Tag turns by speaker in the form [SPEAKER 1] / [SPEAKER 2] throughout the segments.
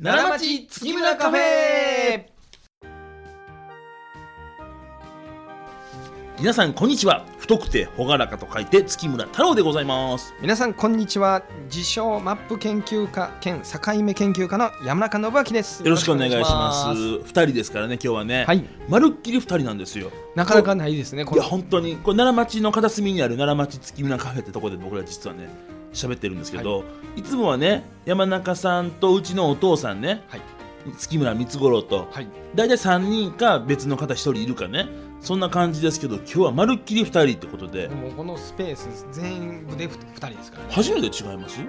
[SPEAKER 1] 奈良町月村カフェ
[SPEAKER 2] 皆さんこんにちは太くて朗らかと書いて月村太郎でございます
[SPEAKER 1] 皆さんこんにちは自称マップ研究家兼境目研究家の山中信明です
[SPEAKER 2] よろしくお願いします
[SPEAKER 1] よろしくお願いし
[SPEAKER 2] 二人ですからね今日はね、
[SPEAKER 1] ますはい
[SPEAKER 2] まるっきり二人なんですよ
[SPEAKER 1] なかなかないですね
[SPEAKER 2] いや本当にこれ奈良町の片隅にある奈良町月村カフェってとこで僕ら実はね喋ってるんですけど、い、つもはね山中さんとうちのお父さんね、
[SPEAKER 1] はい
[SPEAKER 2] 月村三五郎と
[SPEAKER 1] はい
[SPEAKER 2] 大体3人か別の方1人いるかねそんな感じですけど今日はまるっきり2人ってことで
[SPEAKER 1] でもこのスペース全部でふ二人ですからね
[SPEAKER 2] 初めて違います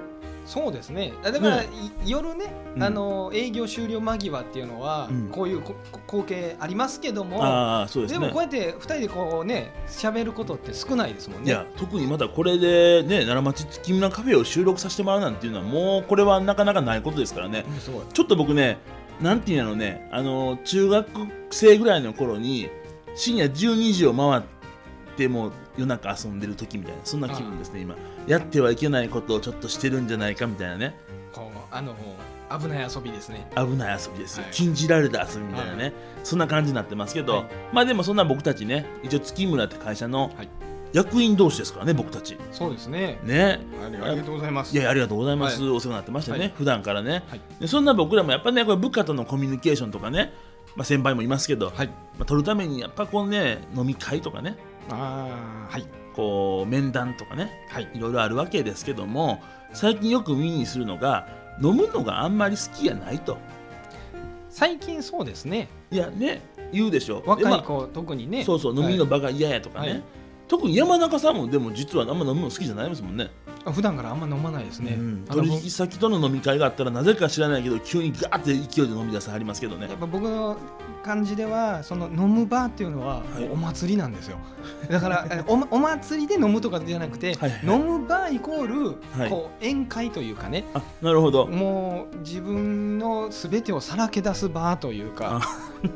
[SPEAKER 1] そうですねあだから、
[SPEAKER 2] ね
[SPEAKER 1] い夜ね、
[SPEAKER 2] うん
[SPEAKER 1] あの営業終了間際っていうのは、
[SPEAKER 2] うん
[SPEAKER 1] こういうここ光景ありますけども
[SPEAKER 2] ああそう
[SPEAKER 1] で
[SPEAKER 2] ですね
[SPEAKER 1] もこうやって二人でこうね喋ることって少ないですもん
[SPEAKER 2] い
[SPEAKER 1] ね
[SPEAKER 2] や特にまだこれでね奈良町月村カフェを収録させてもらうなんていうのはもうこれはなかなかないことですからね
[SPEAKER 1] うんすごい
[SPEAKER 2] ちょっと僕ねなんていうんやろうねあの中学生ぐらいの頃に深夜12時を回ってもう夜中遊んでる時みたいなそんな気分ですね今やってはいけないことをちょっとしてるんじゃないかみたいなね
[SPEAKER 1] こうあの危ない遊びですね
[SPEAKER 2] 危ない遊びですよ、
[SPEAKER 1] はい
[SPEAKER 2] 禁じられた遊びみたいなね、そんな感じになってますけど、
[SPEAKER 1] はい
[SPEAKER 2] まあでもそんな僕たちね一応月村って会社の
[SPEAKER 1] はい
[SPEAKER 2] 役員同士ですからね僕たち
[SPEAKER 1] そうですね
[SPEAKER 2] ね
[SPEAKER 1] ありありがとうございます
[SPEAKER 2] いやいやありがとうございます、
[SPEAKER 1] は
[SPEAKER 2] お世話になってましたね、
[SPEAKER 1] はい
[SPEAKER 2] 普段からね、
[SPEAKER 1] はい
[SPEAKER 2] でそんな僕らもやっぱねこれ部下とのコミュニケーションとかね、まあ、先輩もいますけど、
[SPEAKER 1] はい
[SPEAKER 2] まあ、取るためにやっぱこうね飲み会とかね
[SPEAKER 1] あーはい
[SPEAKER 2] こう面談とかね
[SPEAKER 1] はい
[SPEAKER 2] いろいろあるわけですけども最近よく耳にするのが飲むのがあんまり好きやないと
[SPEAKER 1] 最近そうですね
[SPEAKER 2] いやね言うでしょで
[SPEAKER 1] 若
[SPEAKER 2] ま
[SPEAKER 1] い
[SPEAKER 2] あ
[SPEAKER 1] 子、特にね
[SPEAKER 2] そうそう飲みの場が嫌やとかね、
[SPEAKER 1] はい
[SPEAKER 2] 特に山中さんもでも実はあんま飲むの好きじゃないですもんね
[SPEAKER 1] あ普段からあんま飲まないですね、
[SPEAKER 2] うん
[SPEAKER 1] あの
[SPEAKER 2] 取引先との飲み会があったらなぜか知らないけど急にガーって勢いで飲み出さはりますけどね
[SPEAKER 1] やっぱ僕の感じではその飲むバーっていうのは
[SPEAKER 2] はい
[SPEAKER 1] お祭りなんですよ、だからえおまお祭りで飲むとかじゃなくて、
[SPEAKER 2] はいはい
[SPEAKER 1] 飲むバーイコール、
[SPEAKER 2] はい
[SPEAKER 1] こう宴会というかね
[SPEAKER 2] あなるほど
[SPEAKER 1] もう自分のすべてをさらけ出す場というか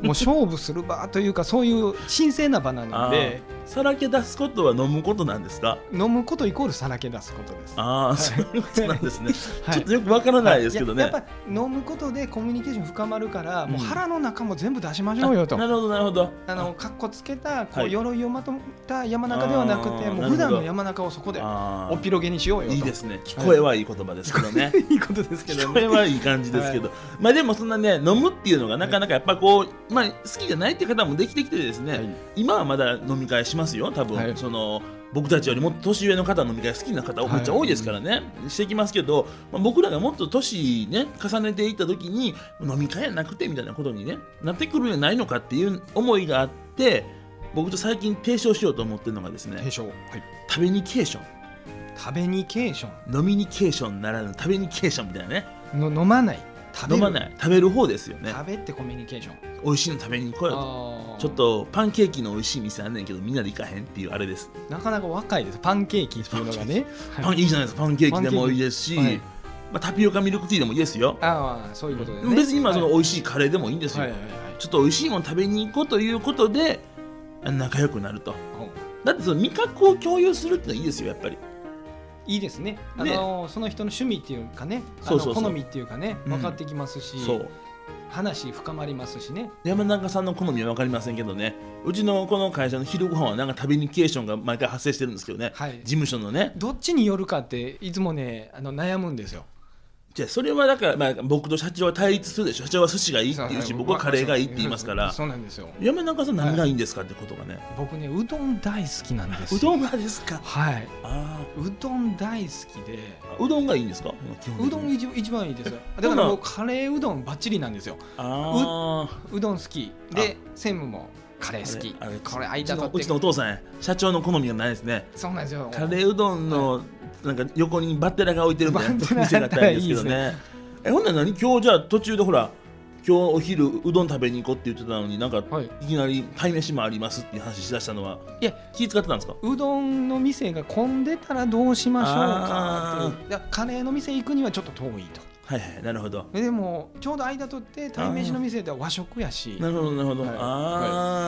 [SPEAKER 1] もう勝負する場というかそういう神聖な場なので
[SPEAKER 2] さらけ出すことは飲むことなんですか
[SPEAKER 1] 飲むことイコールさらけ出すことです。
[SPEAKER 2] ああ、
[SPEAKER 1] い
[SPEAKER 2] そういうことなんですね、
[SPEAKER 1] はい
[SPEAKER 2] ちょっとよくわからないですけど
[SPEAKER 1] い
[SPEAKER 2] ね
[SPEAKER 1] ややっぱ飲むことでコミュニケーション深まるから、もううん腹の中も全部出しましょうよと
[SPEAKER 2] あなるほどなるほど
[SPEAKER 1] あのかっこつけたこ
[SPEAKER 2] は
[SPEAKER 1] う
[SPEAKER 2] い
[SPEAKER 1] 鎧をまとった山中ではなくて
[SPEAKER 2] あーなる
[SPEAKER 1] も
[SPEAKER 2] ほ
[SPEAKER 1] う
[SPEAKER 2] ど
[SPEAKER 1] 普段の山中をそこで
[SPEAKER 2] あ
[SPEAKER 1] おっぴろげにしようよ
[SPEAKER 2] ー
[SPEAKER 1] と
[SPEAKER 2] いいですね聞こえはいい言葉ですけどね、
[SPEAKER 1] いいことですけど
[SPEAKER 2] 聞こ
[SPEAKER 1] ね
[SPEAKER 2] えはいい感じですけど、まあでもそんなね飲むっていうのがなかなかやっぱこう、まあ、好きじゃないって方もできてきてですね、
[SPEAKER 1] はい
[SPEAKER 2] 今はまだ飲み会しますよ多分、
[SPEAKER 1] はい
[SPEAKER 2] その僕たちよりもっと年上の方の飲み会好きな方
[SPEAKER 1] はい
[SPEAKER 2] めっちゃ多いですからね、してきますけど、まあ、僕らがもっと年ね重ねていった時に飲み会やなくてみたいなことに、ね、なってくるんじゃないのかっていう思いがあって僕と最近提唱しようと思ってるのがですね
[SPEAKER 1] 提唱、はい、
[SPEAKER 2] 食べニケーション
[SPEAKER 1] 食べにケーショ
[SPEAKER 2] 飲みニケーションならぬ食べニケーションみたいなね
[SPEAKER 1] ンの飲まない食べ
[SPEAKER 2] 飲
[SPEAKER 1] る
[SPEAKER 2] まない食べる方ですよね
[SPEAKER 1] 食べってコミュニケーション
[SPEAKER 2] 美味しいの食べに行こうよと
[SPEAKER 1] あー
[SPEAKER 2] ちょっとパンケーキの美味しい店あんねんけどみんなで行かへんっていうあれです
[SPEAKER 1] なかなか若いですパンケーキっていうのがね
[SPEAKER 2] パンいいじゃないですかパンケーキでもいいですし、
[SPEAKER 1] パンケーキ
[SPEAKER 2] まあ、タピオカミルクティーでもいいですよ、
[SPEAKER 1] ああそういうことで
[SPEAKER 2] で
[SPEAKER 1] ね
[SPEAKER 2] も別に今その
[SPEAKER 1] はい
[SPEAKER 2] 美味しいカレーでもいいんですよ、
[SPEAKER 1] はいはいはい
[SPEAKER 2] ちょっと美味しいもの食べに行こうということであ仲良くなるとだってその味覚を共有するってのはいいですよやっぱり
[SPEAKER 1] いいですねあ
[SPEAKER 2] ね
[SPEAKER 1] のその人の趣味っていうかねあ
[SPEAKER 2] そ
[SPEAKER 1] の
[SPEAKER 2] うそうそう
[SPEAKER 1] 好みっていうかね
[SPEAKER 2] うん
[SPEAKER 1] 分かってきますし、
[SPEAKER 2] そう
[SPEAKER 1] 話深まりますしね
[SPEAKER 2] 山中さんの好みは分かりませんけどねうちのこの会社の昼ご飯はなんか食べにケーションが毎回発生してるんですけどね、
[SPEAKER 1] はい
[SPEAKER 2] 事務所のね
[SPEAKER 1] どっちによるかっていつもねあの悩むんですよ
[SPEAKER 2] じゃあそれはだから、まあ、僕と社長は対立するでしょ社長は寿司がいいって言うし僕はカレーがいいって言いますから
[SPEAKER 1] そうなんですよ
[SPEAKER 2] 山中さん何がいいんですかってことがね、
[SPEAKER 1] 僕ねうどん大好きなんですよ
[SPEAKER 2] うどんがですか
[SPEAKER 1] はいう
[SPEAKER 2] あ
[SPEAKER 1] うどん大好きで
[SPEAKER 2] ーうどんがいいんですか基本的に
[SPEAKER 1] うどん一一番いいですよ
[SPEAKER 2] え
[SPEAKER 1] だからも
[SPEAKER 2] ほ
[SPEAKER 1] う
[SPEAKER 2] な
[SPEAKER 1] カレーうどんばっちりなんですよ
[SPEAKER 2] あー
[SPEAKER 1] うどん好きで専務もカレー好き
[SPEAKER 2] あれあれ
[SPEAKER 1] これ間
[SPEAKER 2] うちの
[SPEAKER 1] 取
[SPEAKER 2] う
[SPEAKER 1] っ
[SPEAKER 2] ちのお
[SPEAKER 1] て
[SPEAKER 2] 父さんや社長の好みがないですね
[SPEAKER 1] そうなんですよ
[SPEAKER 2] カレーうどんのなんか横にバッテラが置いてるみたいな
[SPEAKER 1] バッテラ
[SPEAKER 2] 店があったらいいですけどね
[SPEAKER 1] い
[SPEAKER 2] えほんなら何今日じゃあ途中でほら今日お昼うどん食べに行こうって言ってたのになんか
[SPEAKER 1] はい
[SPEAKER 2] いきなり鯛めしもありますっていう話しだしたのはい
[SPEAKER 1] や
[SPEAKER 2] 気使ってたんですか
[SPEAKER 1] うどんの店が混んでたらどうしましょうかっていうだからカレーの店行くにはちょっと遠いと
[SPEAKER 2] はいはいなるほど
[SPEAKER 1] でもちょうど間取って対面しの店では和食やし
[SPEAKER 2] なるほどなるほど、
[SPEAKER 1] はい
[SPEAKER 2] あ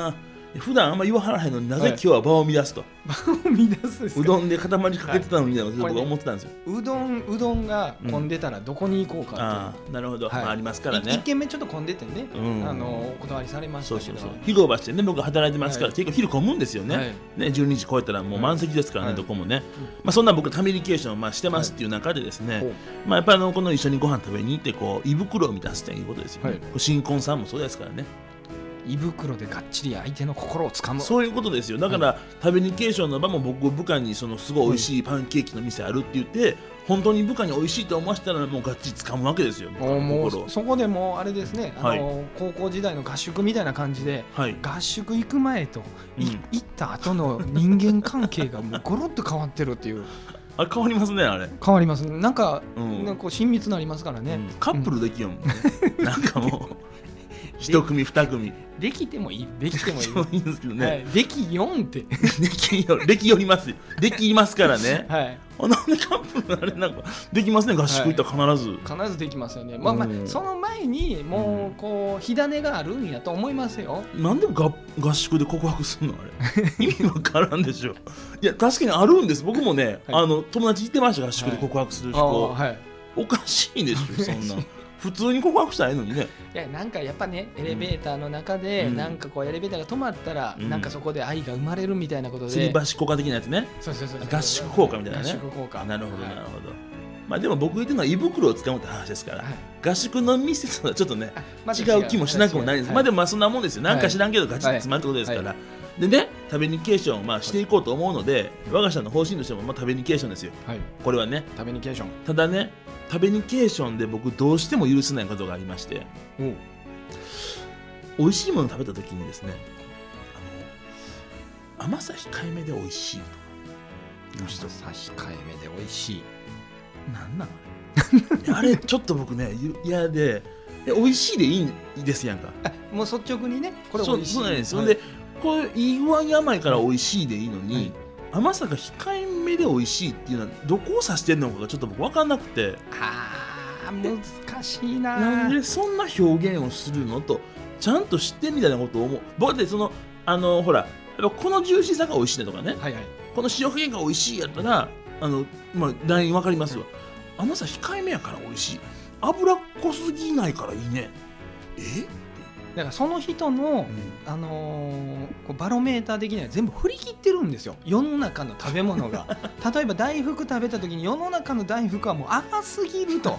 [SPEAKER 2] あ、普段あんま言わはらへんのになぜ
[SPEAKER 1] はい
[SPEAKER 2] 今日は場を乱すと、
[SPEAKER 1] 見出すです
[SPEAKER 2] う
[SPEAKER 1] か
[SPEAKER 2] どんで塊かけてたのになの
[SPEAKER 1] これ
[SPEAKER 2] 僕は思ってたんですよ、
[SPEAKER 1] うどんうどんが混んでたらどこに行こうか
[SPEAKER 2] ああなるほど、
[SPEAKER 1] はい
[SPEAKER 2] まあ、ありますから
[SPEAKER 1] って、一1
[SPEAKER 2] ね
[SPEAKER 1] 軒目ちょっと混んでてね、
[SPEAKER 2] うん
[SPEAKER 1] あのお断りされまし
[SPEAKER 2] そう
[SPEAKER 1] たけ
[SPEAKER 2] そ
[SPEAKER 1] ど
[SPEAKER 2] うそう広場してね僕働いてますから、
[SPEAKER 1] はい
[SPEAKER 2] 結構昼混むんですよね、
[SPEAKER 1] はい
[SPEAKER 2] ね12時超えたらもう満席ですからね、
[SPEAKER 1] はい
[SPEAKER 2] どこもね、まあ、そんな僕タミリケーションをまあしてますっていう中でですね、まあ、やっぱりあのこの一緒にご飯食べに行ってこう胃袋を満たすということですよね、
[SPEAKER 1] はい
[SPEAKER 2] こう新婚さんもそうですからね
[SPEAKER 1] 胃袋でがっちり相手の心をつかむ
[SPEAKER 2] そういうことですよだから、タミリケーションの場も僕部下にそのすごい美味しいパンケーキの店あるって言って本当に部下に美味しいと思わせたらもうがっちり掴むわけですよ
[SPEAKER 1] おも
[SPEAKER 2] 心を
[SPEAKER 1] うそこでもうあれですね、あの高校時代の合宿みたいな感じで
[SPEAKER 2] はい
[SPEAKER 1] 合宿行く前と、
[SPEAKER 2] う
[SPEAKER 1] い
[SPEAKER 2] ん
[SPEAKER 1] 行った後の人間関係がもうゴロッと変わってるっていう
[SPEAKER 2] あれ変わりますねあれ、
[SPEAKER 1] 変わりますなんか、
[SPEAKER 2] うん
[SPEAKER 1] なんかこう親密になりますからね、
[SPEAKER 2] うんカップルできよん、もんね、なんかも う一組二組
[SPEAKER 1] できてもいいできてもいい、
[SPEAKER 2] そういいんですけどね、
[SPEAKER 1] はい、でき4って
[SPEAKER 2] できよできよりますよできますからね
[SPEAKER 1] はい
[SPEAKER 2] あなんでカップルあれなんかできますね合宿行ったら必ず、
[SPEAKER 1] 必ずできますよねまあまあ、
[SPEAKER 2] うん
[SPEAKER 1] その前にもうこう火種があるんやと思いますよ
[SPEAKER 2] なんでが合宿で告白するのあれ意味わからんでしょいや確かにあるんです僕もね、
[SPEAKER 1] はい
[SPEAKER 2] あの友達いてました合宿で告白する
[SPEAKER 1] あ
[SPEAKER 2] 人、
[SPEAKER 1] あはい
[SPEAKER 2] おかしいでし ょそんな
[SPEAKER 1] おかし
[SPEAKER 2] 普通に告白したらええのにね
[SPEAKER 1] いやなんかやっぱねエレベーターの中で、
[SPEAKER 2] うん
[SPEAKER 1] なんかこうエレベーターが止まったら、
[SPEAKER 2] うん
[SPEAKER 1] なんかそこで愛が生まれるみたいなことで
[SPEAKER 2] 吊り橋効果的なやつね
[SPEAKER 1] そうそうそうそう
[SPEAKER 2] 合宿効果みたいなね
[SPEAKER 1] 合宿効果
[SPEAKER 2] なるほど
[SPEAKER 1] はい
[SPEAKER 2] なるほど、まあでも僕言ってるのは胃袋を使うって話ですから、
[SPEAKER 1] はい
[SPEAKER 2] 合宿の店とはちょっとね
[SPEAKER 1] あまた
[SPEAKER 2] 違う気もしなくもないです、
[SPEAKER 1] はい
[SPEAKER 2] まあでもまあそんなもんですよ、なんか知らんけどガチッと詰まるってことですから、
[SPEAKER 1] は
[SPEAKER 2] でね食べニケーションをまあしていこうと思うので、我が社の方針としてもまあ食べニケーションですよ
[SPEAKER 1] はい
[SPEAKER 2] これはね
[SPEAKER 1] 食べにケーション
[SPEAKER 2] ただね食べニケーションで僕どうしても許せないことがありまして
[SPEAKER 1] おう
[SPEAKER 2] 美味しいもの食べた時にですねあの甘さ控えめで美味しいと
[SPEAKER 1] ちょっと差し控えめで美味しい
[SPEAKER 2] なんなんあれ いやあれちょっと僕ねゆ嫌でえ美味しいでいいんですやんか
[SPEAKER 1] もう率直にねこれ美
[SPEAKER 2] そう
[SPEAKER 1] 味しい
[SPEAKER 2] そうなんです、
[SPEAKER 1] は
[SPEAKER 2] ほ
[SPEAKER 1] い
[SPEAKER 2] んでこういい具合に甘いから美味しいでいいのに、
[SPEAKER 1] はい
[SPEAKER 2] 甘さが控えめで美味しいっていうのはどこを指してんのかがちょっと僕分かんなくて
[SPEAKER 1] あー難しいな
[SPEAKER 2] なんでそんな表現をするのとちゃんと知ってみたいなことを思う僕だってそのあのほらやっぱこのジューシーさが美味しいねとかね
[SPEAKER 1] はいはい
[SPEAKER 2] この塩加減が美味しいやったらあのまあライン分かりますわ甘さ控えめやから美味しい脂っこすぎないからいいねえ、
[SPEAKER 1] だからその人の、あのーこうバロメーター的には全部振り切ってるんですよ世の中の食べ物 が例えば大福食べた時に世の中の大福はもう甘すぎ ると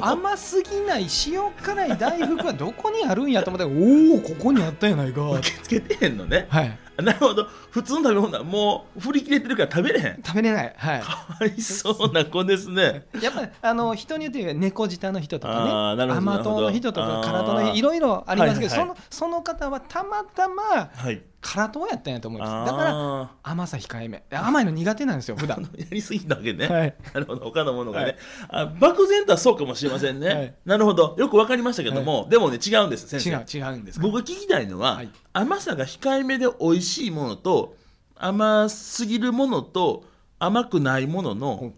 [SPEAKER 1] 甘すぎない塩辛い大福はどこにあるんやと思ったらおおここにあったやな いか
[SPEAKER 2] 受け付けてへんのね
[SPEAKER 1] はい
[SPEAKER 2] なるほど普通の食べ物はもう振り切れてるから食べれへ ん
[SPEAKER 1] 食べれないはい
[SPEAKER 2] かわいそうな子ですね
[SPEAKER 1] やっぱりあの人によっては猫舌の人とかね
[SPEAKER 2] あーなるほどな
[SPEAKER 1] 甘
[SPEAKER 2] るほど
[SPEAKER 1] 党の人とか
[SPEAKER 2] あー
[SPEAKER 1] 辛党の人いろいろありますけど、
[SPEAKER 2] はいはいは
[SPEAKER 1] そのその方はたまたま
[SPEAKER 2] はい
[SPEAKER 1] 辛党やったんやと思うんです
[SPEAKER 2] あー
[SPEAKER 1] だから甘さ控えめ甘いの苦手なんですよ普 段
[SPEAKER 2] やりすぎたわけね、
[SPEAKER 1] はい
[SPEAKER 2] なるほど他のものがね、
[SPEAKER 1] はい
[SPEAKER 2] あ漠然とはそうかもしれませんね、
[SPEAKER 1] はい
[SPEAKER 2] なるほどよくわかりましたけども、でもね違うんです先
[SPEAKER 1] 違
[SPEAKER 2] 生
[SPEAKER 1] う違うんですか
[SPEAKER 2] 僕が聞きたいのは、
[SPEAKER 1] はい
[SPEAKER 2] 甘さが控えめで美味しいものと甘すぎるものと甘くないものの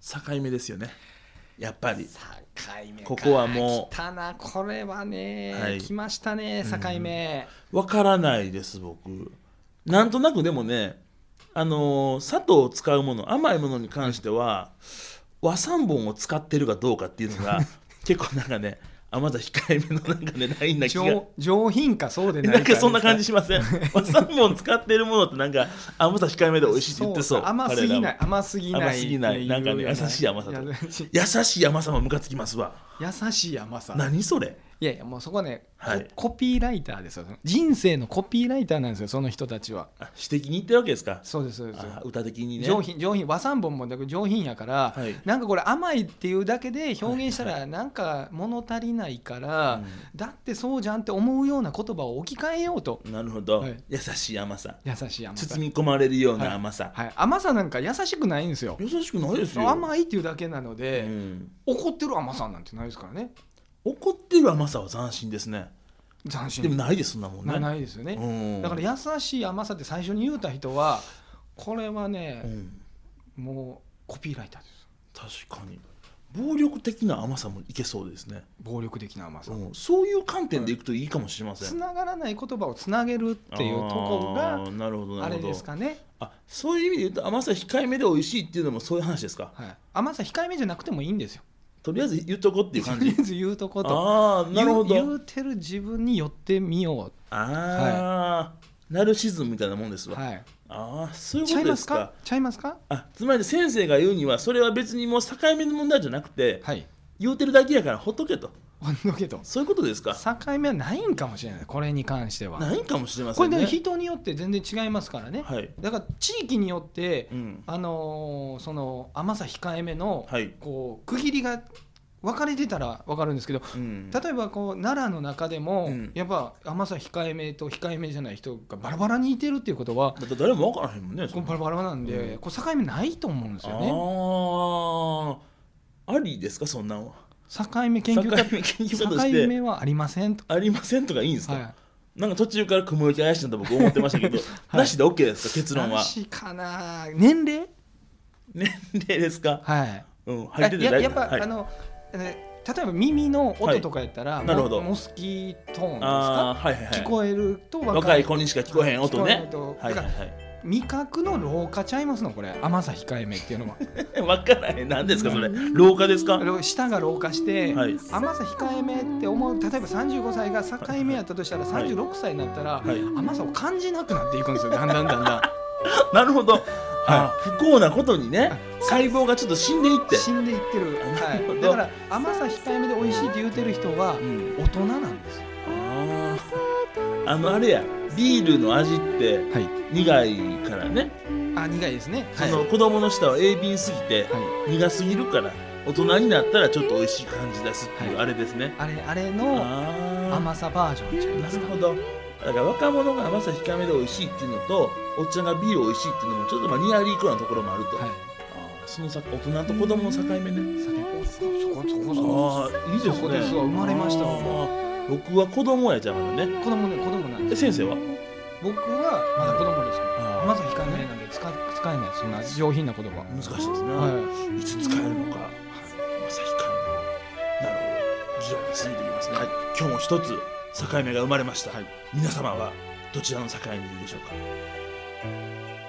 [SPEAKER 2] 境目ですよねやっぱり
[SPEAKER 1] 境目か
[SPEAKER 2] ここはもう
[SPEAKER 1] 来たなこれはね、
[SPEAKER 2] はい
[SPEAKER 1] 来ましたね境目、
[SPEAKER 2] わからないです僕なんとなくでもねあのー砂糖を使うもの甘いものに関しては和三本を使ってるかどうかっていうの が結構なんかね甘さ控えめのなんかねラインな気が
[SPEAKER 1] 上上品かそうでない
[SPEAKER 2] なんかそんな感じ
[SPEAKER 1] です
[SPEAKER 2] しません和三本使ってるものってなんか甘さ控えめで美味しいって言ってそう
[SPEAKER 1] か甘すぎない甘すぎない
[SPEAKER 2] 甘すぎない
[SPEAKER 1] ってう
[SPEAKER 2] なんかね優しい甘さと
[SPEAKER 1] 優しい
[SPEAKER 2] 優しい甘さもムカつきますわ
[SPEAKER 1] 優しい甘さ
[SPEAKER 2] 何それ
[SPEAKER 1] いやいやもうそこはね、
[SPEAKER 2] はい
[SPEAKER 1] ココピーライターですよ人生のコピーライターなんですよその人たちは
[SPEAKER 2] あ詩的に言ってるわけですか
[SPEAKER 1] そうですそうです
[SPEAKER 2] あ歌的にね
[SPEAKER 1] 上品上品和三本もだけど上品やから、
[SPEAKER 2] はい
[SPEAKER 1] なんかこれ甘いっていうだけで表現したらなんか物足りないから、
[SPEAKER 2] うん
[SPEAKER 1] だってそうじゃんって思うような言葉を置き換えようと
[SPEAKER 2] なるほど、
[SPEAKER 1] はい
[SPEAKER 2] 優しい甘さ
[SPEAKER 1] 優しい甘さ
[SPEAKER 2] 包、み込まれるような甘さ、
[SPEAKER 1] はい、甘さなんか優しくないんですよ
[SPEAKER 2] 優しくないですよ
[SPEAKER 1] 甘いっていうだけなの
[SPEAKER 2] う
[SPEAKER 1] で、
[SPEAKER 2] ん
[SPEAKER 1] 怒ってる甘さなんてないですからね
[SPEAKER 2] 怒ってる甘さは斬新ですね
[SPEAKER 1] 斬新
[SPEAKER 2] でもないですそんなもんね
[SPEAKER 1] なないですよね、
[SPEAKER 2] うん、
[SPEAKER 1] だから優しい甘さって最初に言うた人はこれはね
[SPEAKER 2] う、ん、
[SPEAKER 1] もうコピーライターです
[SPEAKER 2] 確かに暴力的な甘さもいけそうですね、
[SPEAKER 1] 暴力的な甘さ、
[SPEAKER 2] うん、そういう観点でいくといいかもしれません、
[SPEAKER 1] つながらない言葉をつなげるっていうとこ
[SPEAKER 2] あ
[SPEAKER 1] が
[SPEAKER 2] ーなるほどな
[SPEAKER 1] あ
[SPEAKER 2] る
[SPEAKER 1] れ
[SPEAKER 2] ほど
[SPEAKER 1] ですかね、
[SPEAKER 2] あそういう意味で言うと甘さ控えめで美味しいっていうのもそういう話ですか
[SPEAKER 1] はい、甘さ控えめじゃなくてもいいんですよ
[SPEAKER 2] とりあえず言っとこうっていう
[SPEAKER 1] と
[SPEAKER 2] 感
[SPEAKER 1] りあ
[SPEAKER 2] じ
[SPEAKER 1] えず 言うとこと
[SPEAKER 2] ああなるほ
[SPEAKER 1] 言う言
[SPEAKER 2] ど
[SPEAKER 1] うてる自分に寄ってみよ
[SPEAKER 2] ああー、ナルシズムみたいなもんです
[SPEAKER 1] う
[SPEAKER 2] わ、
[SPEAKER 1] はい
[SPEAKER 2] ああそういう
[SPEAKER 1] ち
[SPEAKER 2] こ
[SPEAKER 1] ゃい
[SPEAKER 2] と
[SPEAKER 1] ま
[SPEAKER 2] ですす
[SPEAKER 1] か
[SPEAKER 2] か
[SPEAKER 1] ちゃいますか
[SPEAKER 2] あつまり先生が言うにはそれは別にもう境目の問題じゃなくて
[SPEAKER 1] はい
[SPEAKER 2] 言うてるだけやからほっとけと
[SPEAKER 1] ほんのけど
[SPEAKER 2] そういうことですか
[SPEAKER 1] 境目はないんかもしれないこれに関しては
[SPEAKER 2] ないんかもしれま
[SPEAKER 1] こ
[SPEAKER 2] せ
[SPEAKER 1] れ
[SPEAKER 2] ん
[SPEAKER 1] で
[SPEAKER 2] ね
[SPEAKER 1] も人によって全然違いますからね、
[SPEAKER 2] はい、
[SPEAKER 1] だから地域によって、
[SPEAKER 2] うん、
[SPEAKER 1] あのーその甘さ控えめの、
[SPEAKER 2] はい、
[SPEAKER 1] こう区切りが分かれてたら分かるんですけど
[SPEAKER 2] うん、
[SPEAKER 1] 例えばこう奈良の中でも、
[SPEAKER 2] うん
[SPEAKER 1] やっぱ甘さ控えめと控えめじゃない人がバラバラにいてるっていうことは
[SPEAKER 2] だって誰も分からへんもんねそ
[SPEAKER 1] こうん
[SPEAKER 2] な
[SPEAKER 1] バラバラなんで、
[SPEAKER 2] うん
[SPEAKER 1] こう境目ないと思うんですよね
[SPEAKER 2] ああありですかそんなんは
[SPEAKER 1] 境目研究家
[SPEAKER 2] 境目研究家
[SPEAKER 1] 境
[SPEAKER 2] とし
[SPEAKER 1] 目
[SPEAKER 2] て
[SPEAKER 1] はありませんと、
[SPEAKER 2] ありませんとかいいんですか、
[SPEAKER 1] は
[SPEAKER 2] なんか途中から雲行き怪しいなと僕思ってましたけ ど、
[SPEAKER 1] い
[SPEAKER 2] なしで OK ですか
[SPEAKER 1] い、
[SPEAKER 2] 結論は
[SPEAKER 1] しかな年齢
[SPEAKER 2] 年齢ですか
[SPEAKER 1] はい
[SPEAKER 2] うん入ってて
[SPEAKER 1] や
[SPEAKER 2] 大丈
[SPEAKER 1] やっ
[SPEAKER 2] 夫
[SPEAKER 1] ぱ、
[SPEAKER 2] はい
[SPEAKER 1] あのえ例えば耳の音とかやったら、
[SPEAKER 2] いなるほど
[SPEAKER 1] モモスキートーンです
[SPEAKER 2] あー
[SPEAKER 1] か、
[SPEAKER 2] はいはいはい
[SPEAKER 1] 聞こえると若い
[SPEAKER 2] 若い子にしか聞こえへん音
[SPEAKER 1] 聞こえ
[SPEAKER 2] ね
[SPEAKER 1] ると
[SPEAKER 2] はいはい
[SPEAKER 1] だから味覚の老化ちゃいますのこれ甘さ控えめっていう のは
[SPEAKER 2] はい分からへん何ですかそれ廊下ですか
[SPEAKER 1] あの舌が老化して、
[SPEAKER 2] はい
[SPEAKER 1] 甘さ控えめって思う例えば35歳が境目やったとしたら
[SPEAKER 2] はい
[SPEAKER 1] 36歳になったら、
[SPEAKER 2] はい
[SPEAKER 1] 甘さを感じなくなっていくんですよだんだんだんだん
[SPEAKER 2] なるほど、あー不幸なことにね細胞がちょっと死ん でいって、
[SPEAKER 1] 死んでいってる、は
[SPEAKER 2] なるほ
[SPEAKER 1] い、
[SPEAKER 2] ど
[SPEAKER 1] だから甘さ控えめで美味しいって言うてる人は
[SPEAKER 2] うん、
[SPEAKER 1] 大人なんですよ、
[SPEAKER 2] あーあのあれやビールの味って
[SPEAKER 1] はい、
[SPEAKER 2] 苦いからね、
[SPEAKER 1] あ苦いですね
[SPEAKER 2] そ
[SPEAKER 1] はい
[SPEAKER 2] の子供の舌は鋭敏すぎて
[SPEAKER 1] はい、
[SPEAKER 2] 苦すぎるから大人になったらちょっと美味しい感じ出すっていう
[SPEAKER 1] は
[SPEAKER 2] あれですね、
[SPEAKER 1] あれあれの
[SPEAKER 2] ああ
[SPEAKER 1] 甘さバージョンちゃいま
[SPEAKER 2] な
[SPEAKER 1] す
[SPEAKER 2] る
[SPEAKER 1] か
[SPEAKER 2] ほどだから若者が甘さ控えめで美味しいっていうのとおっちゃんがビール美味しいっていうのもちょっとまあニアリークなところもあると、あ
[SPEAKER 1] はい
[SPEAKER 2] ーそのさ大人と子供の境目ね
[SPEAKER 1] さておそこそこそこ
[SPEAKER 2] ああいいですね
[SPEAKER 1] そこですわ生まれましたわ
[SPEAKER 2] あー僕は子供やじゃんね
[SPEAKER 1] 子供ね子供なんで
[SPEAKER 2] え
[SPEAKER 1] す
[SPEAKER 2] 先生は
[SPEAKER 1] 僕はまだ子供ですもん
[SPEAKER 2] あー
[SPEAKER 1] 甘さ控えめなんで使い使えないそんな上品な言葉
[SPEAKER 2] 難しいですね、、
[SPEAKER 1] はい
[SPEAKER 2] つ使えるのか旭川のなるほどじゃあ続いていきますね、今日も一つ境目が生まれました、皆様はどちらの境目にいるでしょうか
[SPEAKER 1] い